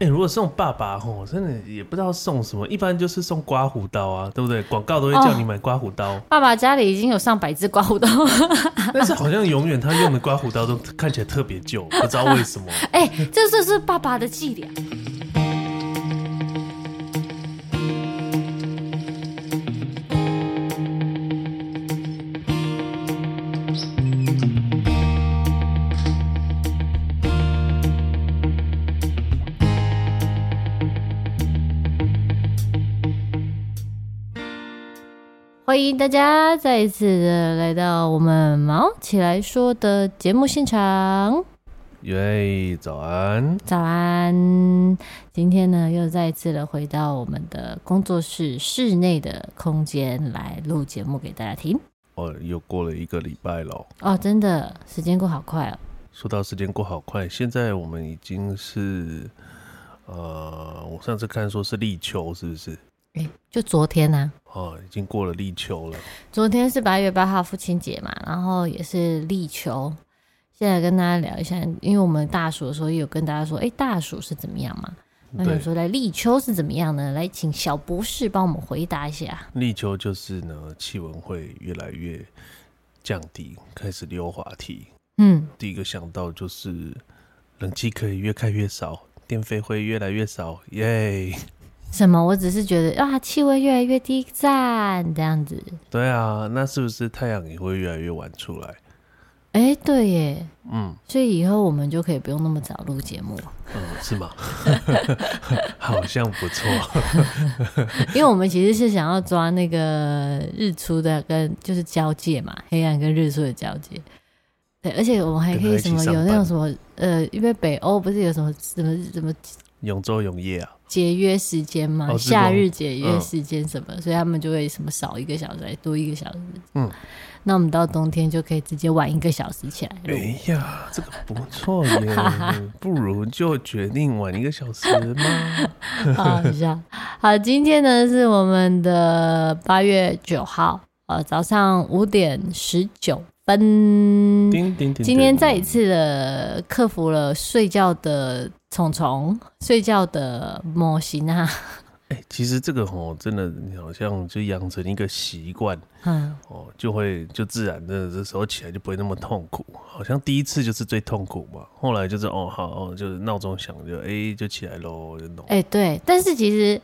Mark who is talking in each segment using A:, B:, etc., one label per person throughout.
A: 哎、如果送爸爸吼，真的也不知道送什么，一般就是送刮胡刀啊，对不对？广告都会叫你买刮胡刀，
B: 爸爸家里已经有上百只刮胡刀，
A: 但是好像永远他用的刮胡刀都看起来特别旧，不知道为什么。
B: 哎、这就是爸爸的伎俩。欢迎大家再一次的来到我们毛起来说的节目现场。
A: 耶，早安！
B: 早安，今天呢又再一次的回到我们的工作室室内的空间来录节目给大家听
A: 哦，又过了一个礼拜了。
B: 哦，真的时间过好快哦，
A: 说到时间过好快，现在我们已经是，呃，我上次看说是立秋，是不是？
B: 哎，就昨天呢、
A: 哦，已经过了立秋了。
B: 昨天是八月八号父亲节嘛，然后也是立秋。现在跟大家聊一下，因为我们大暑的时候也有跟大家说，哎，大暑是怎么样嘛？那
A: 对
B: 想说来立秋是怎么样呢？来，请小博士帮我们回答一下。
A: 立秋就是呢，气温会越来越降低，开始溜滑梯。
B: 嗯，
A: 第一个想到就是冷气可以越开越少，电费会越来越少，耶！
B: 什么？我只是觉得啊，气温越来越低，赞这样子。
A: 对啊，那是不是太阳也会越来越晚出来？
B: 哎，对耶，
A: 嗯，
B: 所以以后我们就可以不用那么早录节目，
A: 呃，是吗？ 好像不错。
B: 因为我们其实是想要抓那个日出的跟就是交界嘛，黑暗跟日出的交界。对，而且我们还可以什么
A: 跟他一起上
B: 有
A: 班
B: 那种什么呃，因为北欧不是有什么什么什么
A: 永昼永夜啊，
B: 节约时间嘛，
A: 哦是吗
B: 夏日节约时间什么，所以他们就会什么少一个小时，还多一个小时。
A: 嗯，
B: 那我们到冬天就可以直接晚一个小时起来录。
A: 哎呀，这个不错 耶，不如就决定晚一个小时吗？
B: 好笑。好，今天呢是我们的八月九号，呃，早上五点十九分。
A: 叮叮叮，
B: 今天再一次的克服了睡觉的虫虫，睡觉的模型啊，
A: 哎、其实这个吼，真的你好像就养成一个习惯
B: 嗯，
A: 哦，就会就自然的这时候起来就不会那么痛苦。好像第一次就是最痛苦嘛，后来就是哦好哦，就是闹钟响就哎、就起来喽，就弄、
B: 哎、对，但是其实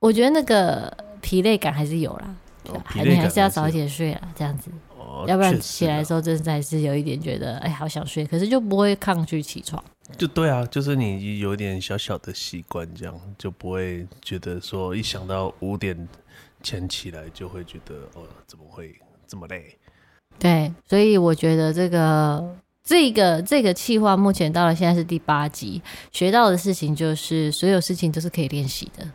B: 我觉得那个疲累感还是有啦，
A: 哦、疲
B: 还
A: 累
B: 你
A: 感
B: 还是要早
A: 还
B: 一点睡啊啦，这样子，
A: 哦，
B: 要不然
A: 确实
B: 起来的时候真的还是有一点觉得，哎、好想睡，可是就不会抗拒起床。
A: 啊就对啊，就是你有点小小的习惯，这样就不会觉得说一想到五点前起来就会觉得哦怎么会这么累？
B: 对，所以我觉得这个这个这个计划目前到了现在是第八集，学到的事情就是所有事情都是可以练习的。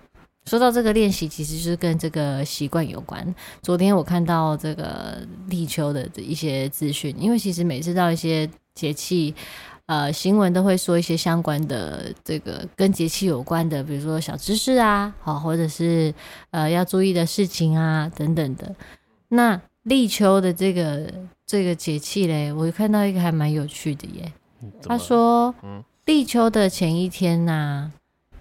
B: 说到这个练习，其实就是跟这个习惯有关。昨天我看到这个立秋的一些资讯，因为其实每次到一些节气，呃，新闻都会说一些相关的这个跟节气有关的，比如说小知识啊，好，或者是呃要注意的事情啊等等的。那立秋的这个这个节气嘞，我看到一个还蛮有趣的耶。
A: 怎么
B: 他说，
A: 嗯
B: 立秋的前一天呐、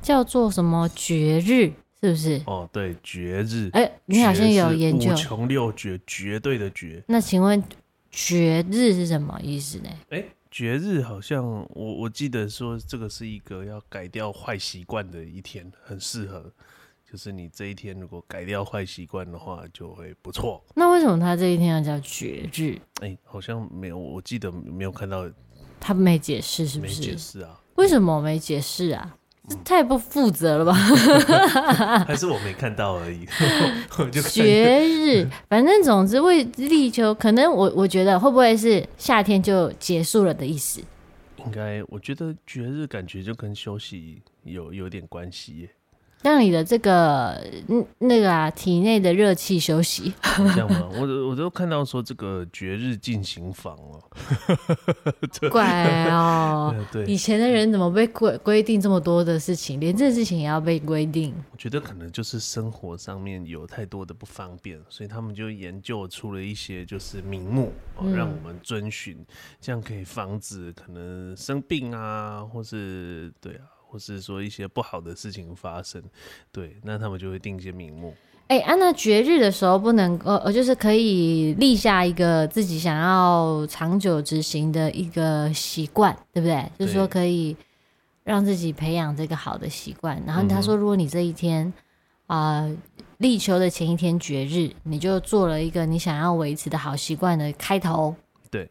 B: 叫做什么绝日，是不是？
A: 哦对绝日。
B: 哎、你好像
A: 绝
B: 有
A: 是
B: 研究
A: 五。穷六绝，绝对的绝。
B: 那请问绝日是什么意思呢？
A: 哎、绝日好像我我记得说这个是一个要改掉坏习惯的一天，很适合。就是你这一天如果改掉坏习惯的话，就会不错。
B: 那为什么他这一天要叫绝日？
A: 哎、好像没有，我记得没有看到
B: 他没解释，是不
A: 没
B: 是？
A: 解释 啊，
B: 为什么没解释啊？这太不负责了吧！
A: 还是我没看到而 已。 我就看
B: 绝日， 反正总之为立秋，可能我我觉得会不会是夏天就结束了的意思？
A: 应该，我觉得绝日感觉就跟休息有有点关系耶，
B: 让你的这个嗯那个啊体内的热气休息，
A: 好像吗？ 我都我都看到说这个绝日进行房哦、
B: 怪哦。
A: 呃对，
B: 以前的人怎么被规规定这么多的事情，连这事情也要被规定？
A: 我觉得可能就是生活上面有太多的不方便，所以他们就研究出了一些就是名目，哦让
B: 嗯
A: 我们遵循，这样可以防止可能生病啊，或是对啊，或是说一些不好的事情发生，对，那他们就会定一些名目。
B: 哎、安娜绝日的时候不能呃呃，就是可以立下一个自己想要长久执行的一个习惯，对不对？就是说
A: 对
B: 可以让自己培养这个好的习惯。然后他说，如果你这一天啊、呃立秋的前一天绝日，你就做了一个你想要维持的好习惯的开头，
A: 对，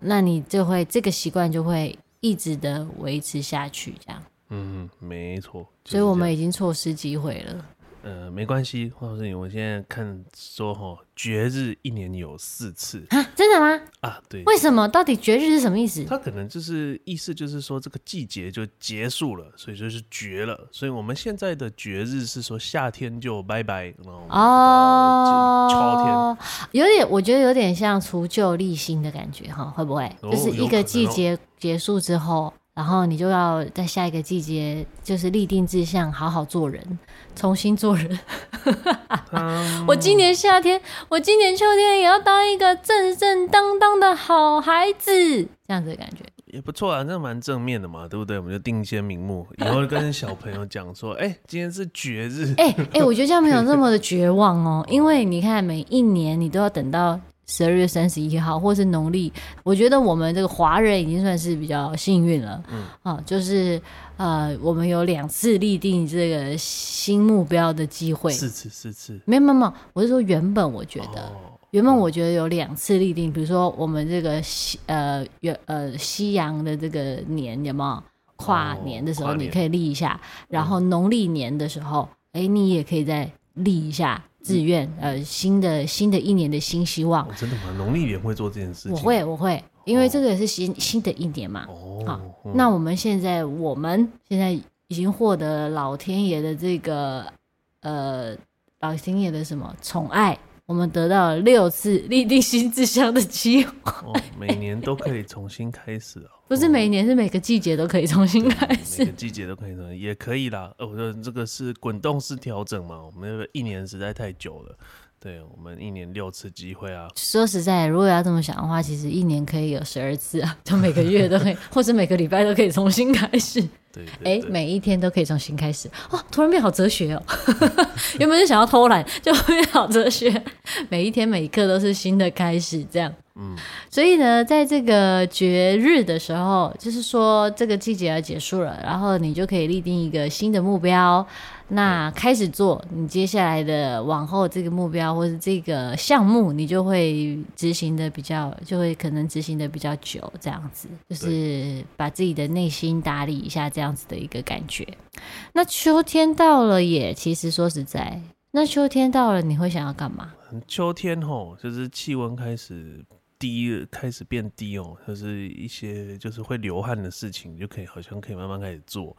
B: 那你就会这个习惯就会一直的维持下去，这样。
A: 嗯，没错。就是
B: 所以我们
A: 这
B: 已经错失机会了。
A: 样呃没关系，黄老师，我现在看说哈，绝日一年有四次
B: 啊，真的吗？
A: 啊，对，
B: 为什么？到底绝日是什么意思？
A: 它可能就是意思就是说这个季节就结束了，所以就是绝了。所以我们现在的绝日是说夏天就拜拜，然后我们就到
B: 哦，
A: 秋天。
B: 有点，我觉得有点像除旧立新的感觉哈，会不会？
A: 哦
B: 就是
A: 有可
B: 一
A: 能
B: 个
A: 哦
B: 季节结束之后，然后你就要在下一个季节就是立定志向，好好做人，重新做人。
A: 嗯它
B: 我今年夏天，我今年秋天也要当一个正正当当的好孩子，这样子的感觉。
A: 也不错啊，这蛮正面的嘛，对不对？我们就定一些名目，以后跟小朋友讲说，哎、今天是绝日，
B: 哎、哎、我觉得这样没有那么的绝望哦，因为你看每一年你都要等到十二月三十一号，或是农历。我觉得我们这个华人已经算是比较幸运了，嗯啊，就是呃，我们有两次立定这个新目标的机会。
A: 四次四次，
B: 没有没有没有，我是说原本我觉得。
A: 哦，
B: 原本我觉得有两次立定，比如说我们这个西呃原呃西洋的这个年有没有跨年的时
A: 哦
B: 候
A: 跨
B: 你
A: 年
B: 可以立一下，然后农历年的时候，哎、你也可以再立一下志愿，呃新的新的一年的新希望。
A: 哦真哦的吗？农历年会做这件事情？
B: 我会啊我会，因为这个也是新新的一年嘛。好
A: 哦，嗯
B: 那我们现在我们现在已经获得了老天爷的这个呃老天爷的什么宠爱，我们得到了六次立定新志向的机会，
A: 哦，每年都可以重新开始哦，
B: 不是每年是每个季节都可以重 新开
A: 每
B: 始
A: 个。季节都可以重新，也可以啦。呃，我说这个是滚动式调整嘛，我们一年实在太久了，对我们一年六次机会啊，
B: 说实在，如果要这么想的话，其实一年可以有十二次啊，就每个月都可以，或者每个礼拜都可以重新开始。
A: 对对
B: 哎、
A: 对
B: 每一天都可以重新开始哦，突然变好哲学哦！ 原本是想要偷懒， 就变好哲学。每一天每一刻都是新的开始，这样。
A: 嗯，
B: 所以呢，在这个节日的时候，就是说这个季节要结束了，然后你就可以立定一个新的目标，那开始做你接下来的往后这个目标或者这个项目，你就会执行的比较，就会可能执行的比较久，这样子，就是把自己的内心打理一下，这样子的一个感觉。那秋天到了也，其实说实在，那秋天到了你会想要干嘛？
A: 秋天吼，就是气温开始低了，开始变低哦，就是一些就是会流汗的事情，就可以好像可以慢慢开始做。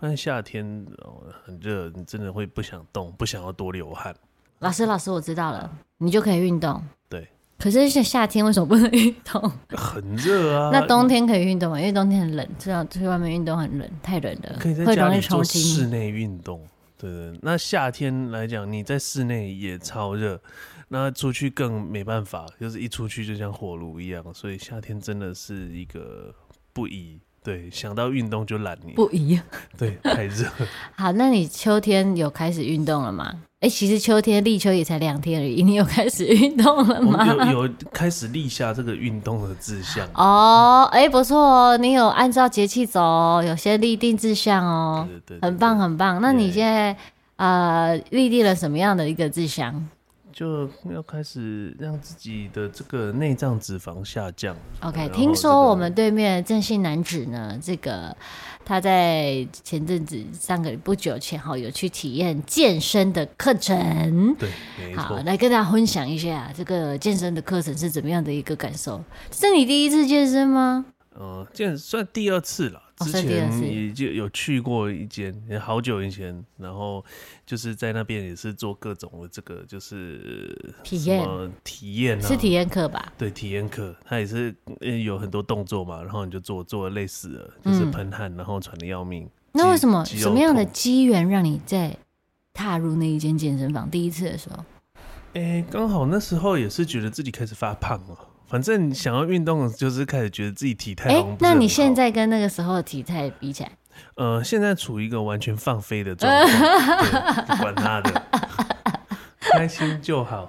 A: 但夏天哦很热，你真的会不想动，不想要多流汗。
B: 老师，老师，我知道了，你就可以运动。
A: 对，
B: 可是像夏天为什么不能运动？
A: 很热啊。
B: 那冬天可以运动吗？因为冬天很冷，这样去外面运动很冷，太冷了，
A: 可以在
B: 会
A: 家
B: 容易
A: 里
B: 抽
A: 做室
B: 筋。
A: 内运动。对对，那夏天来讲，你在室内也超热，那出去更没办法，就是一出去就像火炉一样，所以夏天真的是一个不宜。对，想到运动就懒你，
B: 不一样。
A: 对，太 热了。
B: 好，那你秋天有开始运动了吗？哎、其实秋天立秋也才两天而已， 你有开始运动了
A: 我们
B: 吗？
A: 有有开始立下这个运动的志向。
B: 哦，哎、不错哦，你有按照节气走哦，有些立定志向哦，
A: 对对对，
B: 很棒
A: 对
B: 很棒。那你
A: 对
B: 现在呃立定了什么样的一个志向
A: 就要开始让自己的这个内脏脂肪下降。
B: ？OK，
A: 然后
B: 听
A: 这个
B: 说我们对面的郑姓男子呢，这个他在前阵子上个不久前哈，有去体验健身的课程。
A: 对，没
B: 好，
A: 错，
B: 来跟大家分享一下这个健身的课程是怎么样的一个感受。这是你第一次健身吗？
A: 嗯，这算第二次了。
B: 哦
A: 之
B: 算第二次
A: 前也就有去过一间，也好久以前，然后就是在那边也是做各种的这个就是
B: 体验
A: 什么体验啊，
B: 是体验课吧？
A: 对体验课，它也是呃有很多动作嘛，然后你就做做得累死了，就是
B: 嗯
A: 喷汗，然后喘的要命。
B: 那
A: 肌
B: 为什么
A: 肌
B: 什
A: 肉
B: 么样的
A: 痛
B: 机缘让你在踏入那一间健身房？第一次的时候，
A: 诶，刚好那时候也是觉得自己开始发胖了，反正想要运动，就是开始觉得自己体态好
B: 哎、
A: 像不是很好。
B: 那你现在跟那个时候的体态比起来，
A: 呃，现在处于一个完全放飞的状 态，对管他的，开心就好。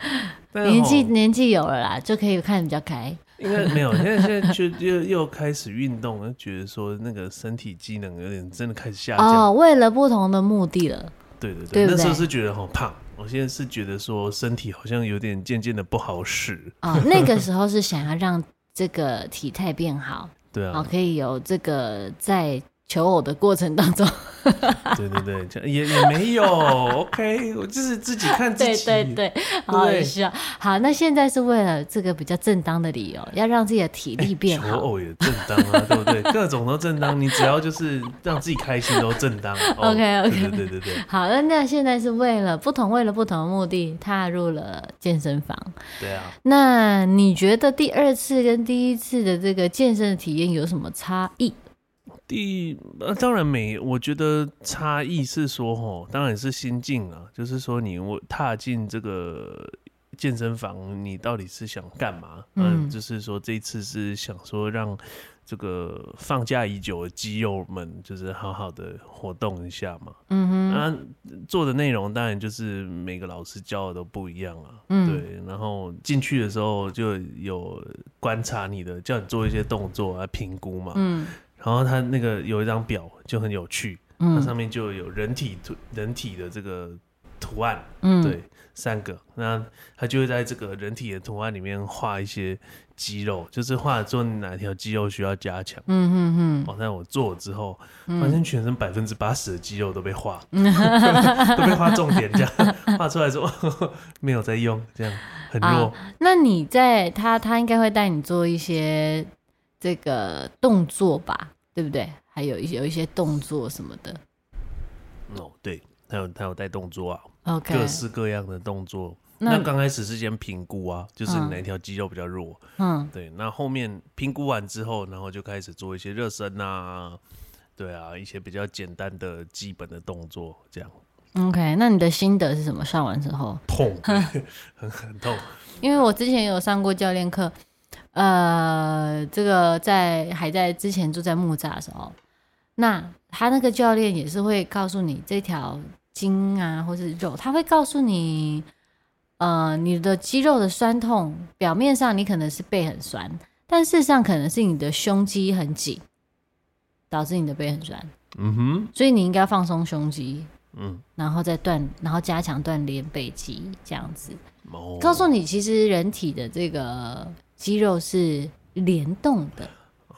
A: 但
B: 年纪
A: 吼
B: 年纪有了啦，就可以看得比较开。
A: 应 该没有，现在现在就又又开始运动了，觉得说那个身体机能有点真的开始下降。
B: 哦，为了不同的目的了，
A: 对对对，
B: 对不
A: 那时候
B: 对
A: 是觉得好胖，我现在是觉得说身体好像有点渐渐的不好使。
B: 哦，那个时候是想要让这个体态变好，
A: 对
B: 哦，
A: 啊，
B: 可以有这个在求偶的过程当中，
A: 对对对，这样也也没有 OK，我就是自己看自
B: 对
A: 己。
B: 对对，好好
A: 对
B: 笑。好，那现在是为了这个比较正当的理由，要让自己的体力变
A: 哎求
B: 好。
A: 偶也正当啊，对不对？各种都正当，你只要就是让自己开心都正当。哦
B: OK，OK
A: 对对对对对
B: 好，那那现在是为了不同，为了不同的目的，踏入了健身房。
A: 对啊！
B: 那你觉得第二次跟第一次的这个健身的体验有什么差异？
A: 第呃，当然没，我觉得差异是说，吼，当然是心境啊，就是说你我踏进这个健身房，你到底是想干嘛？
B: 嗯
A: 嗯，就是说这一次是想说让这个放假已久的肌肉们，就是好好的活动一下嘛。
B: 嗯哼，
A: 那、做的内容当然就是每个老师教的都不一样啊。
B: 嗯
A: 对，然后进去的时候就有观察你的，叫你做一些动作来评估嘛。
B: 嗯
A: 然后他那个有一张表就很有趣，它
B: 嗯
A: 上面就有人体图、人体的这个图案，
B: 嗯，
A: 对，三个。那他就会在这个人体的图案里面画一些肌肉，就是画说你哪条肌肉需要加强。
B: 嗯嗯
A: 哦，那我做了之后，
B: 嗯
A: 发现全身百分之八十的肌肉都被画， 都被画重点，这样画出来之后 没有在用，这样很弱。
B: 啊。那你在他他应该会带你做一些这个动作吧，对不对？还有一些有一些动作什么的。
A: 哦，对，他有他有带动作啊，
B: OK，
A: 各式各样的动作。
B: 那
A: 那刚开始是先评估啊，就是你
B: 嗯
A: 哪一条肌肉比较弱，
B: 嗯
A: 对。那后面评估完之后，然后就开始做一些热身啊，对啊，一些比较简单的基本的动作，这样
B: ，OK，那你的心得是什么？上完之后，
A: 痛， 很很痛。
B: 因为我之前有上过教练课，呃，这个在还在之前住在木栅的时候，那他那个教练也是会告诉你这条筋啊，或是肉，他会告诉你，呃，你的肌肉的酸痛，表面上你可能是背很酸，但事实上可能是你的胸肌很紧，导致你的背很酸，
A: 嗯哼，
B: 所以你应该放松胸肌，
A: 嗯，
B: 然后再锻，然后加强锻炼背肌，这样子。
A: 哦，
B: 告诉你，其实人体的这个肌肉是联动的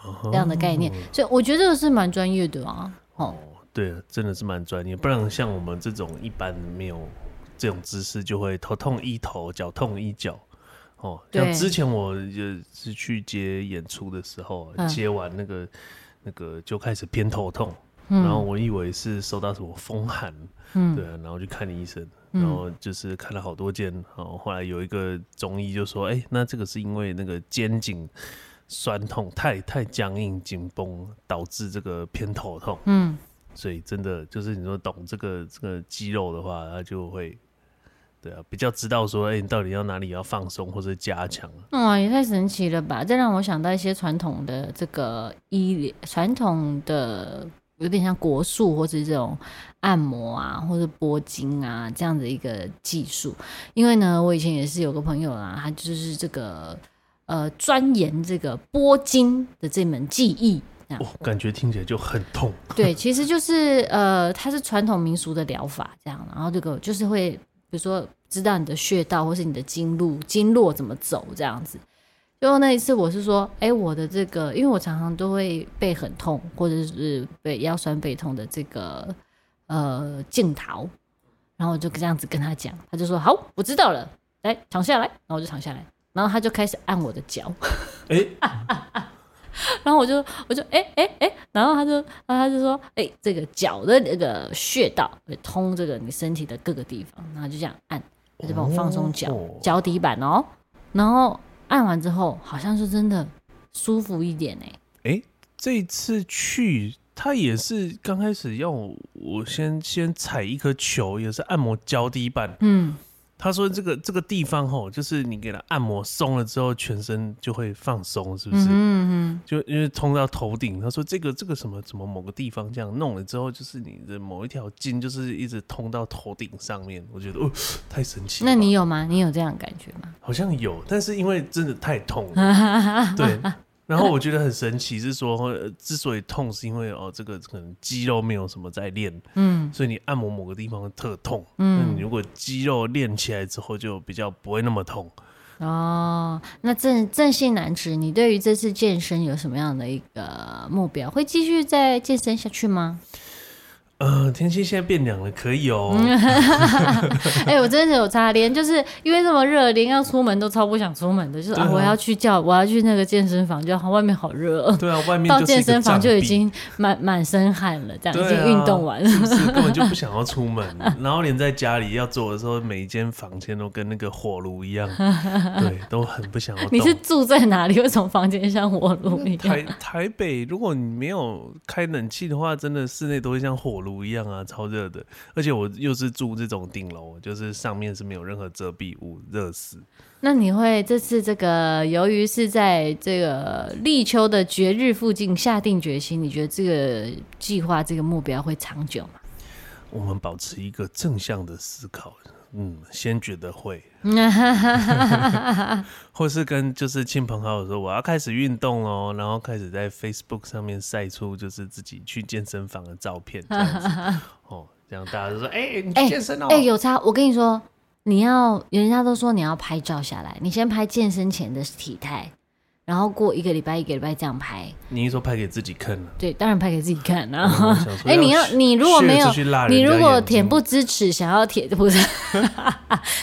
A: 嗯
B: 这样的概念，所以我觉得这个是蛮专业的啊。哦，
A: 哦，对，真的是蛮专业，不然像我们这种一般没有这种知识，就会头痛医头，脚痛医脚。哦，像
B: 对
A: 之前我就是去接演出的时候，
B: 嗯
A: 接完那个那个就开始偏头痛，然后
B: 嗯
A: 我以为是受到什么风寒，对
B: 嗯
A: 啊，然后去看医生，
B: 嗯
A: 然后就是看了好多间，然后后来有一个中医就说，哎、那这个是因为那个肩颈酸痛太太僵硬紧绷导致这个偏头痛。
B: 嗯，
A: 所以真的就是你说懂这个这个肌肉的话，他就会对啊，比较知道说，哎、你到底要哪里要放松或者加强啊。
B: 哇，哦也太神奇了吧！这让我想到一些传统的这个医传统的。有点像国术或者这种按摩啊，或者拨筋啊这样的一个技术，因为呢，我以前也是有个朋友啦，他就是这个呃钻研这个拨筋的这门技艺，这样
A: 哦，感觉听起来就很痛。
B: 对，其实就是呃，它是传统民俗的疗法这样，然后这个就是会，比如说知道你的穴道或是你的经路经络怎么走这样子。结果那一次我是说，哎，我的这个，因为我常常都会背很痛，或者是背腰酸背痛的这个呃镜头，然后我就这样子跟他讲，他就说好，我知道了，来躺下来，然后我就躺下来，然后他就开始按我的脚，
A: 哎、
B: 啊然后我就我就哎哎哎，然后他就然后他就说哎、这个脚的那个穴道会通这个你身体的各个地方，然后就这样按，他就帮我放松脚、
A: 哦
B: 脚底板哦，然后按完之后好像是真的舒服一点哎、
A: 哎、这一次去他也是刚开始要我我先先踩一颗球，也是按摩脚底板，
B: 嗯
A: 他说这个这个地方吼，就是你给它按摩松了之后，全身就会放松，是不
B: 嗯
A: 是？
B: 哼嗯
A: 就因为通到头顶，他说这个这个什么什么某个地方这样弄了之后，就是你的某一条筋就是一直通到头顶上面，我觉得哦太神奇
B: 哼，
A: 了吧。
B: 那你有吗？你有这样的感觉吗？
A: 好像有，但是因为真的太痛了， 对。然后我觉得很神奇是说，呃之所以痛是因为哦这个可能肌肉没有什么在练，
B: 嗯
A: 所以你按摩某个地方会特痛。那你
B: 嗯，
A: 如果肌肉练起来之后，就比较不会那么痛。
B: 哦，那郑郑信男子，你对于这次健身有什么样的一个目标？会继续再健身下去吗？
A: 呃，天气现在变凉了，可以 哦。
B: 哎、我真的有差，连就是因为这么热，连要出门都超不想出门的，就是
A: 对
B: 啊
A: 啊
B: 我要去叫，我要去那个健身房，就好外面好热哦，
A: 对啊，外面
B: 到
A: 就是一
B: 健
A: 个
B: 身房
A: 障
B: 就已
A: 壁
B: 经满满身汗了，这样、
A: 对
B: 已
A: 啊
B: 经运动完了。
A: 是不是根本就不想要出门？然后连在家里要做的时候，每一间房间都跟那个火炉一样，对，都很不想要动。
B: 你是住在哪里？为什么房间像火炉一样？
A: 台台北，如果你没有开冷气的话，真的室内都会像火炉一样啊，超热的。而且我又是住这种顶楼，就是上面是没有任何遮蔽物，热死。
B: 那你会这次这个，由于是在这个立秋的节日附近下定决心，你觉得这个计划、这个目标会长久吗？
A: 我们保持一个正向的思考，嗯，先觉得会，或是跟就是亲朋好友说我要开始运动哦，然后开始在 Facebook 上面晒出就是自己去健身房的照片这样子，哦，这样大家就说哎、你去健身哦，
B: 哎、有差！我跟你说，你要人家都说你要拍照下来，你先拍健身前的体态，然后过一个礼拜一个礼拜这样拍，
A: 你一说拍给自己看了、
B: 对，当然拍给自己看啊。
A: 我想说
B: 哎、你
A: 要
B: 要你如果没有
A: 血出去辣人
B: 你
A: 家
B: 如果
A: 眼睛
B: 恬不知耻，想要舔不是，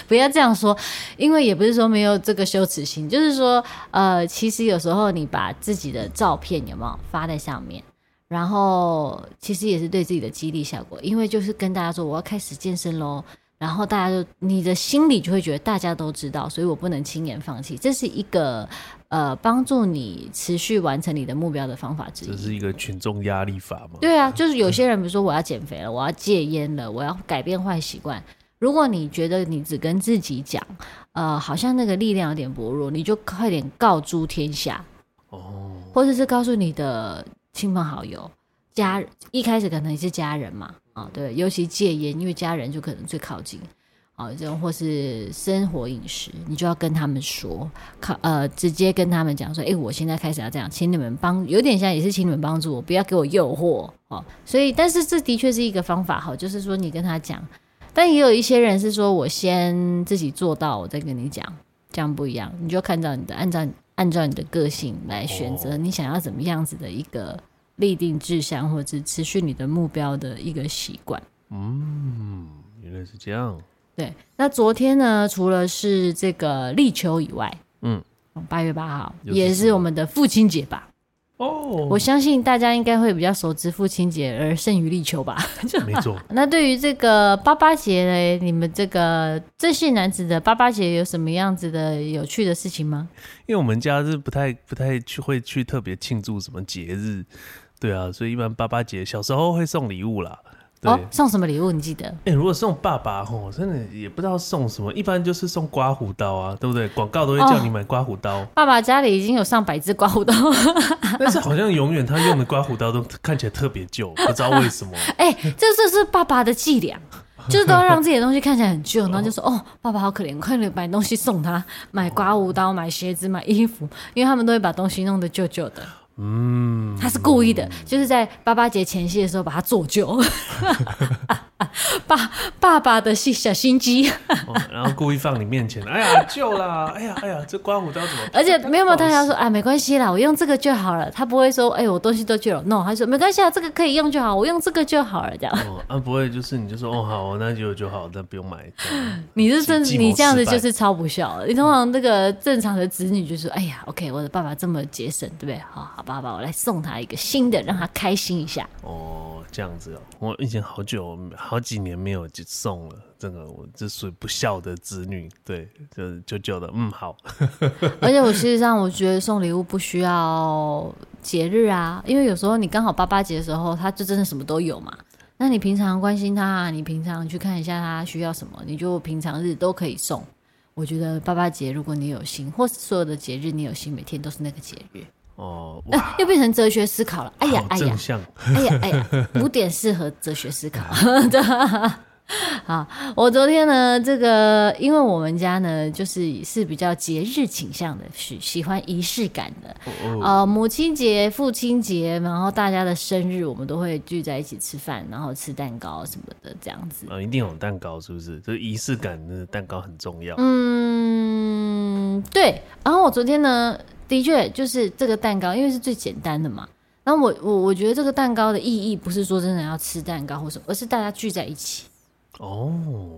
B: 不要这样说，因为也不是说没有这个羞耻心，就是说，呃，其实有时候你把自己的照片有没有发在上面，然后其实也是对自己的激励效果，因为就是跟大家说我要开始健身喽。然后大家就，你的心里就会觉得大家都知道，所以我不能轻言放弃。这是一个呃，帮助你持续完成你的目标的方法之一。
A: 这是一个群众压力法嘛，
B: 对啊，就是有些人，比如说我要减肥了，我要戒烟了，我要改变坏习惯。如果你觉得你只跟自己讲，呃，好像那个力量有点薄弱，你就快点告诸天下，
A: 哦，
B: 或者是告诉你的亲朋好友、家人。一开始可能是家人嘛，啊、对，尤其戒烟，因为家人就可能最靠近。啊，这种或是生活饮食，你就要跟他们说，靠呃，直接跟他们讲说，诶，我现在开始要这样，请你们帮，有点像也是请你们帮助我，不要给我诱惑哦。所以，但是这的确是一个方法，哈，就是说你跟他讲，但也有一些人是说我先自己做到，我再跟你讲，这样不一样，你就看到你的，按照按照你的个性来选择
A: 哦
B: 你想要怎么样子的一个立定志向，或者持续你的目标的一个习惯。
A: 嗯，原来是这样，
B: 对，那昨天呢，除了是这个立秋以外，哦
A: 嗯，
B: 八月八号
A: 又是
B: 也
A: 什
B: 是
A: 么
B: 我们的父亲节吧？
A: 哦
B: 我，相信大家应该会比较熟知父亲节而胜于立秋吧。
A: 没错，
B: 那对于这个八八节嘞，你们这个正系男子的八八节有什么样子的有趣的事情吗？
A: 因为我们家是不太不太去会去特别庆祝什么节日，对啊，所以一般爸爸节小时候会送礼物啦。对，哎、
B: 哦，送什么礼物？你记得？
A: 如果送爸爸吼，真的也不知道送什么，一般就是送刮胡刀啊，对不对？广告都会
B: 哦
A: 叫你买刮胡刀，
B: 爸爸家里已经有上百只刮胡刀，
A: 但是好像永远他用的刮胡刀都看起来特别旧，不知道为什么。
B: 哎、这这是爸爸的伎俩，就是都要让自己的东西看起来很旧，然后就说哦，爸爸好可怜，快点买东西送他，买刮胡刀、买鞋子、买衣服，因为他们都会把东西弄得旧旧的。
A: 嗯，
B: 他是故意的，就是在爸爸节前夕的时候把它做旧。 爸爸爸的心小心机，
A: 哦然后故意放你面前，哎呀旧啦， 哎呀哎呀，这刮胡刀怎么？
B: 而且没有没有，他还要说啊，没关系啦，我用这个就好了。他不会说，哎、我东西都旧了，no，他说没关系啊，这个可以用就好，我用这个就好了，这样。
A: 哦，啊不会，就是你就说哦好，那就就好，那不用买。这样
B: 你是真
A: 计计谋
B: 你这样子
A: 失败
B: 就是超不孝的。你通常那个正常的子女就说：“哎呀，OK，我的爸爸这么节省，对不对？好好，爸爸，我来送他一个新的，让他开心一下。
A: 哦，这样子哦，我已经好久好几年没有送了，这个我这属于不孝的子女，对，就就觉得嗯好，”
B: 而且我事实上我觉得送礼物不需要节日啊，因为有时候你刚好爸爸节的时候，他就真的什么都有嘛。那那你平常关心他啊，你平常去看一下他需要什么，你就平常日都可以送。我觉得爸爸节，如果你有心，或是所有的节日你有心，每天都是那个节日，
A: 哦，
B: 呃
A: 哇，
B: 又变成哲学思考了。哎呀，
A: 好
B: 哎呀
A: 正，向，
B: 哎呀，哎呀，五点适合哲学思考。 对好，我昨天呢，这个因为我们家呢，就是是比较节日倾向的，喜喜欢仪式感的。
A: 哦哦，
B: 呃，母亲节、父亲节，然后大家的生日，我们都会聚在一起吃饭，然后吃蛋糕什么的，这样子。
A: 啊，一定有蛋糕，是不是？这仪式感的蛋糕很重要。
B: 嗯，对。然后我昨天呢，的确就是这个蛋糕，因为是最简单的嘛。然后我我我觉得这个蛋糕的意义不是说真的要吃蛋糕或什么，而是大家聚在一起
A: 哦，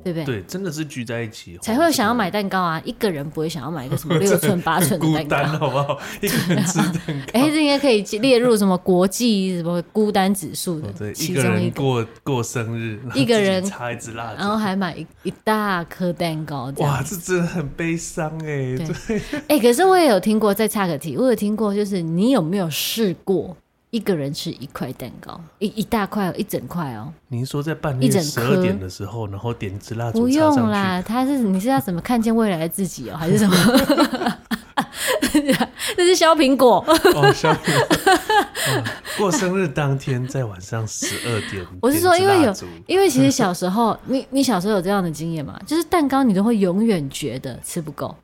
B: 对不对
A: 对，真的是聚在一起哦
B: 才会想要买蛋糕啊。一个人不会想要买一 个什么六寸八寸
A: 孤
B: 的蛋
A: 单，哦
B: 糕。
A: 好不好？ 一个人吃蛋糕。
B: 哎，这应该可以列入什么国际什么孤单指数
A: 哦
B: 的
A: 对，
B: 其
A: 一个
B: 中一
A: 人
B: 个，
A: 过过生日，然后
B: 一个
A: 自己
B: 人
A: 插一支蜡
B: 然后
A: 烛，
B: 还买一一大颗蛋糕这样
A: 哇，。这真的很悲伤哎。
B: 对
A: 这
B: 哎、可是我也有听过，再插个题，我有听过，就是你有没有试过一个人吃一块蛋糕，一一大块、哦，一整块哦？
A: 您说在半
B: 一
A: 夜
B: 整
A: 十
B: 颗
A: 二点的时候，然后点一支蜡烛
B: 不
A: 插
B: 用
A: 上去，
B: 啦，他是你是要怎么看见未来的自己哦，还是什么？ 这是削苹果，
A: 哦，小雨，嗯过生日当天在晚上十二点，
B: 我是说
A: 点一
B: 因
A: 支
B: 为有
A: 蜡烛
B: 因为其 实小时候，你你小时候有这样的经验吗？就是蛋糕你都会永远觉得吃不够，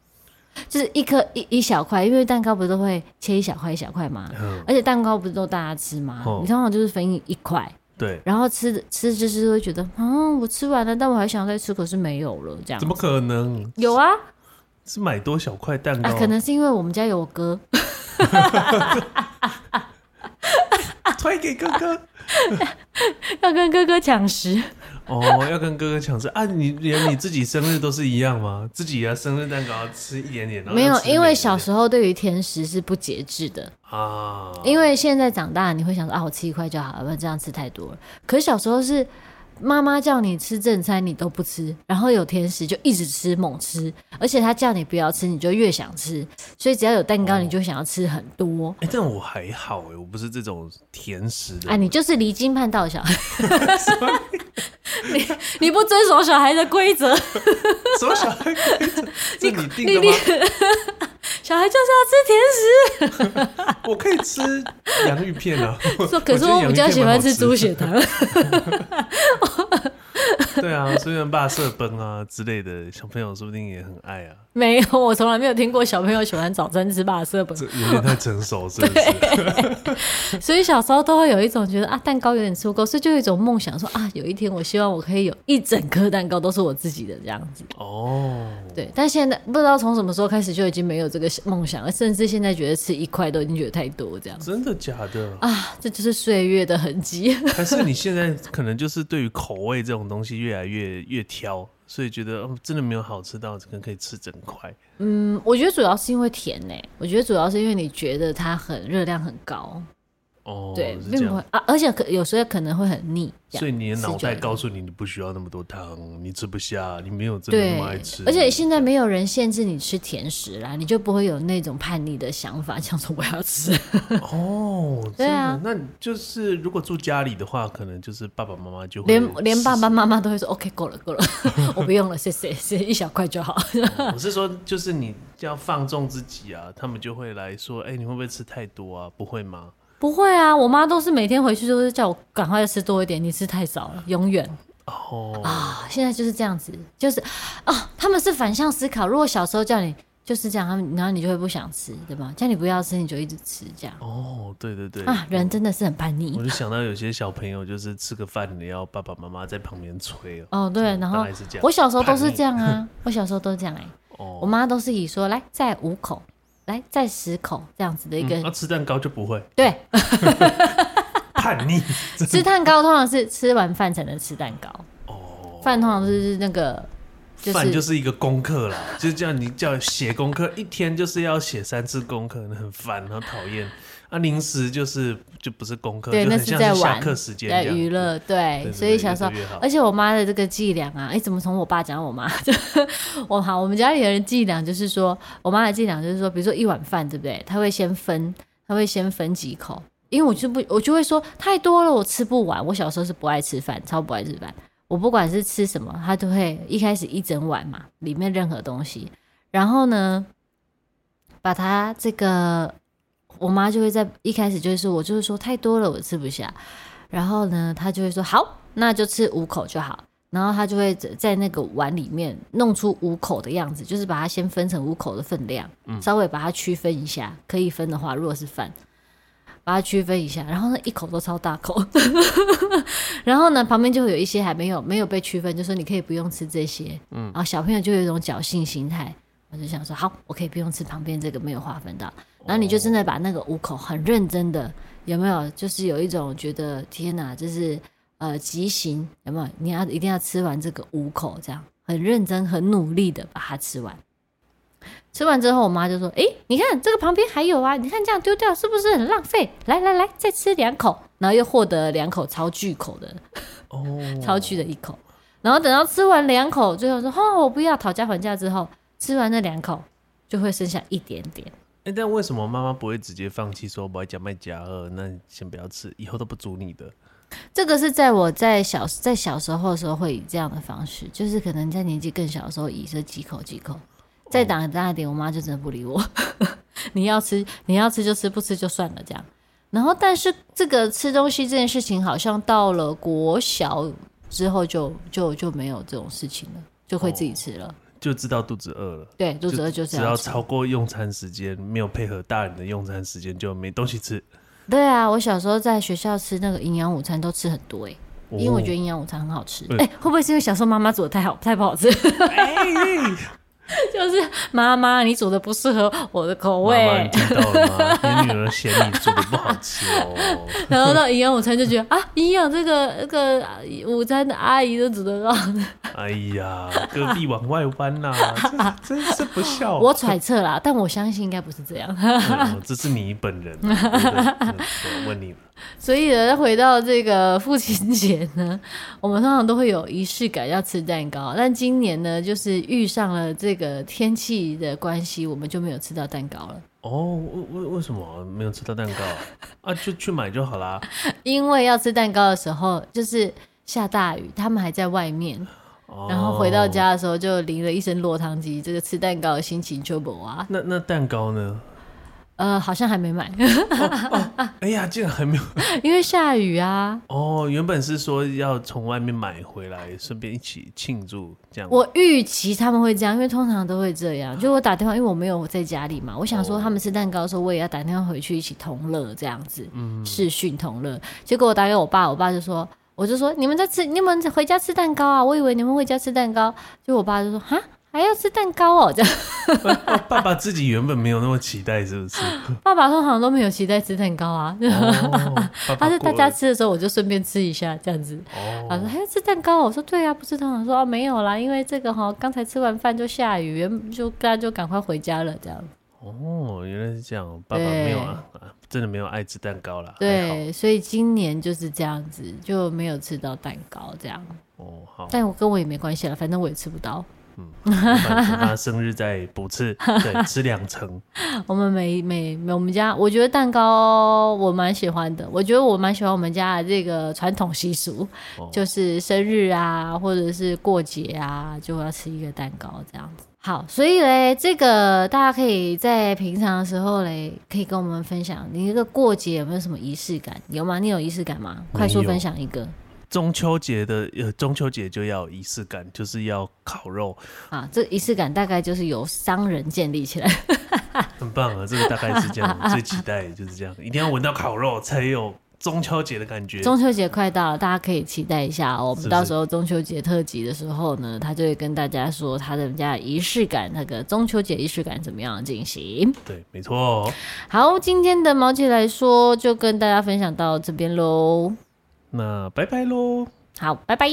B: 就是一颗一一小块，因为蛋糕不是都会切一小块一小块吗？
A: 嗯，
B: 而且蛋糕不是都大家吃吗？
A: 哦
B: 你通常就是分一一块。
A: 对，
B: 然后吃的吃着吃着会觉得，嗯，我吃完了，但我还想再吃，可是没有了，这样
A: 怎么可能？
B: 有啊？
A: 是买多小块蛋糕
B: 啊，？可能是因为我们家有我哥，
A: 推给哥哥
B: 要跟哥哥抢食。
A: 哦，要跟哥哥抢吃啊！你连你自己生日都是一样吗？自己啊，生日蛋糕吃一点点，然后
B: 没有
A: 要，吃
B: 因为
A: 美
B: 小
A: 一点
B: 时候对于甜食是不节制的，
A: 啊，
B: 因为现在长大你会想说啊，我吃一块就好了，不然这样吃太多了。可是小时候是。妈妈叫你吃正餐，你都不吃，然后有甜食就一直吃猛吃，而且她叫你不要吃，你就越想吃，所以只要有蛋糕，你就想要吃很多。
A: 哎、但我还好哎、我不是这种甜食的
B: 啊，你就是离经叛道的小孩， 你你不遵守小孩的规则，
A: 什么小孩规则？这你定
B: 你
A: 的
B: 你
A: 吗？
B: 小孩就是
A: 我可以吃洋芋片啊。
B: 要吃甜食。说，可是我比较喜欢吃猪血糖。
A: 对啊，虽然爸射崩啊之类的，小朋友说不定也很爱啊。
B: 没有，我从来没有听过小朋友喜欢早餐吃巴色本，
A: 这有点太成熟，真 的是。
B: 所以小时候都会有一种觉得啊，蛋糕有点吃不够，所以就有一种梦想说啊，有一天我希望我可以有一整颗蛋糕都是我自己的这样子。
A: 哦，
B: 对，但现在不知道从什么时候开始就已经没有这个梦想了，甚至现在觉得吃一块都已经觉得太多这样子
A: 真的假的？
B: 啊，这就是岁月的痕迹。
A: 还是你现在可能就是对于口味这种东西越来越越挑，所以觉得嗯，真的没有好吃到，可能可以吃整块。
B: 嗯，我觉得主要是因为甜呢、我觉得主要是因为你觉得它很热量很高，
A: 哦，
B: 对，
A: 是这
B: 并不会
A: 样。
B: 啊，而且可有时候可能会很腻，这
A: 所
B: 样
A: 以你的
B: 吃
A: 脑
B: 久
A: 袋
B: 了
A: 告诉你，你不需要那么多糖，你吃不下，你没有真的
B: 对
A: 那么爱吃。，
B: 而且现在没有人限制你吃甜食啦，你就不会有那种叛逆的想法， 想说我要吃。
A: 哦，真
B: 对
A: 的
B: 啊
A: 那就是如果住家里的话，可能就是爸爸妈妈就会
B: 连连爸爸
A: 试
B: 妈妈都会说 OK 够了够了， 我不用了，谢谢谢谢，一小块就好。
A: 试。我是说，就是你要放纵自己啊，他们就会来说，哎、你会不会吃太多啊？不会吗？
B: 不会啊，我妈都是每天回去都是叫我赶快吃多一点，你吃太少了，永远。
A: 哦，
B: 啊，现在就是这样子，就是啊，他们是反向思考。如果小时候叫你就是这样，他们然后你就会不想吃，对吧？叫你不要吃，你就一直吃这样
A: 哦，对对对，
B: 啊，人真的是很叛逆
A: 我就想到有些小朋友就是吃个饭，你要爸爸妈妈在旁边催哦。
B: 哦。对，然
A: 大
B: 后
A: 概是这样。
B: 我小时候都是这样啊， 我小时候都这样哎、
A: 哦
B: 我妈都是以说来再五口，来再十口这样子的一个、
A: 嗯啊 吃蛋糕就不会
B: 对。
A: 叛逆
B: 吃蛋糕通常是吃完饭才能吃蛋糕，
A: 哦。
B: 饭通常是那个就是
A: 饭就是一个功课啦，就叫你叫写功课，一天就是要写三次功课，很烦，很讨厌。啊，零食就是就不是功课，
B: 对
A: 就很
B: 那是
A: 像
B: 在
A: 是下
B: 玩
A: 课时间
B: 在
A: 这样
B: 娱乐，
A: 对
B: 对，
A: 对
B: 所以
A: 对
B: 小
A: 越
B: 时候
A: 多越好
B: 而且我妈的这个伎俩啊，哎、怎么从我爸讲到我妈？ 就我好，我们家里的人伎俩就是说，我妈的伎俩就是说，比如说一碗饭，对不对？她会先分，她会先分几口，因为我就不，我就会说太多了，我吃不完。我小时候是不爱吃饭，超不爱吃饭。我不管是吃什么，他都会一开始一整碗嘛，里面任何东西，然后呢，把它这个，我妈就会在一开始就会说，我就是说太多了，我吃不下。然后呢，她就会说好，那就吃五口就好。然后她就会在在那个碗里面弄出五口的样子，就是把它先分成五口的分量，稍微把它区分一下。可以分的话，如果是饭，把它区分一下。然后呢，一口都超大口， 然后呢，旁边就会有一些还没有没有被区分，就说你可以不用吃这些。嗯，然后小朋友就有一种侥幸心态，我就想说好，我可以不用吃旁边这个没有划分到。然后你就真的把那个五口很认真的，有没有？就是有一种觉得天哪，就是呃极刑，有没有？你要一定要吃完这个五口，这样很认真、很努力的把它吃完。吃完之后，我妈就说：“诶，你看这个旁边还有啊，你看这样丢掉是不是很浪费？来来来，再吃两口。”然后又获得了两口超巨口的
A: 哦，
B: 超巨的一口，然后等到吃完两口，最后说：“哦，我不要。”讨价还价之后，吃完那两口就会剩下一点点。
A: 哎、但为什么妈妈不会直接放弃说不要加麦加二，那你先不要吃，以后都不煮你的？
B: 这个是在我在小在小时候的时候会以这样的方式，就是可能在年纪更小的时候以这几口几口，再长大一点，我妈就真的不理我。 你要吃你要吃就吃，不吃就算了这样。然后，但是这个吃东西这件事情，好像到了国小之后就就就没有这种事情了，就会自己吃了。
A: 就知道肚子饿了，
B: 对，肚子饿就是
A: 只
B: 要
A: 要
B: 吃。
A: 超过用餐时间，没有配合大人的用餐时间，就没东西 吃。
B: 对啊，我小时候在学校吃那个营养午餐都吃很多哎、因为我觉得
A: 得
B: 营养午餐很好吃。哎、
A: 对
B: 会不会是因为小时候妈妈煮的太好太不好吃？就是妈妈，你煮的不适合我的口
A: 妈妈，你
B: 味。
A: 听到了 吗？你女儿嫌你煮的不好吃哦。
B: 然后到营养午餐就觉得啊，营养这个这个啊午餐的阿姨都煮得到。
A: 哎呀，隔壁往外弯 呐、啊，这真是不孝。
B: 我 揣测啦，但我相信应该不是这样。
A: 嗯这是你本人、啊，对不对嗯我问你，
B: 所以呢，回到这个父亲节呢， 我们通常都会有仪式感，要吃蛋糕。但今年呢，就是遇上了这个天气的关系，我们就没有吃到蛋糕了。
A: 哦，为为为什么没有吃到蛋糕啊？啊就去买就好啦。
B: 因为要吃蛋糕的时候，就是下大雨，他们还在外面，
A: 哦、
B: 然后回到，家的时候就淋了一身落汤鸡，这个吃蛋糕的心情就不啊，
A: 那那蛋糕呢？
B: 呃，好像还没买，
A: 哎呀，竟然还没有。
B: 因为下雨啊。
A: 哦，原本是说要从外面买回来，顺便一起庆祝这样。
B: 我预期他们会这样，因为通常都会这样。就我打电话，因为我没有在家里嘛，我想说他们吃蛋糕的时候，我也要打电话回去一起同乐这样子，视讯同乐。结果我打给我爸，我爸就说，我就说你们在吃，你们回家吃蛋糕啊，我以为你们回家吃蛋糕，结果我爸就说哈。还要吃蛋糕哦，这样
A: 哦爸爸自己原本没有那么期待，是不 是？
B: 爸爸通常都没有期待吃蛋糕啊，
A: 哦，爸爸
B: 他是大
A: 过
B: 家吃的时候我就顺便吃一下这样子。他说
A: 哦，
B: 还要吃蛋糕，我说对啊，不是通常说哦没有啦，因为这个哈、刚才吃完饭就下雨，原就大家就赶快回家了这样。
A: 哦，原来是这样，爸爸没有啊，啊真的没有爱吃蛋糕啦。还好，
B: 对，所以今年就是这样子，就没有吃到蛋糕这样。
A: 哦，好，
B: 但我跟我也没关系了，反正我也吃不到。
A: 嗯，反正他生日再补吃，对，吃两层。
B: 我们每每每我们家，我觉得蛋糕我蛮喜欢的，我觉得我蛮喜欢我们家的这个传统习俗，
A: 哦
B: 就是生日啊，或者是过节啊，就要吃一个蛋糕这样子。好，所以嘞，这个大家可以在平常的时候嘞，可以跟我们分享你这个过节有没有什么仪式感？有吗？你有仪式感吗？快速
A: 没有
B: 分享一个
A: 中秋节的呃，中秋节就要有仪式感，就是要烤肉，
B: 啊！这个仪式感大概就是由商人建立起来。
A: 很棒啊！这个大概是这样，我最期待的就是这样，一定要闻到烤肉才有中秋节的感觉。
B: 中秋节快到了，大家可以期待一下哦。我
A: 是不
B: 们
A: 是
B: 到时候中秋节特辑的时候呢，他就会跟大家说他的家的仪式感，那个中秋节仪式感怎么样进行。
A: 对，没错、哦。
B: 好，今天的毛起来说就跟大家分享到这边喽。
A: 那拜拜喽。
B: 好，拜拜。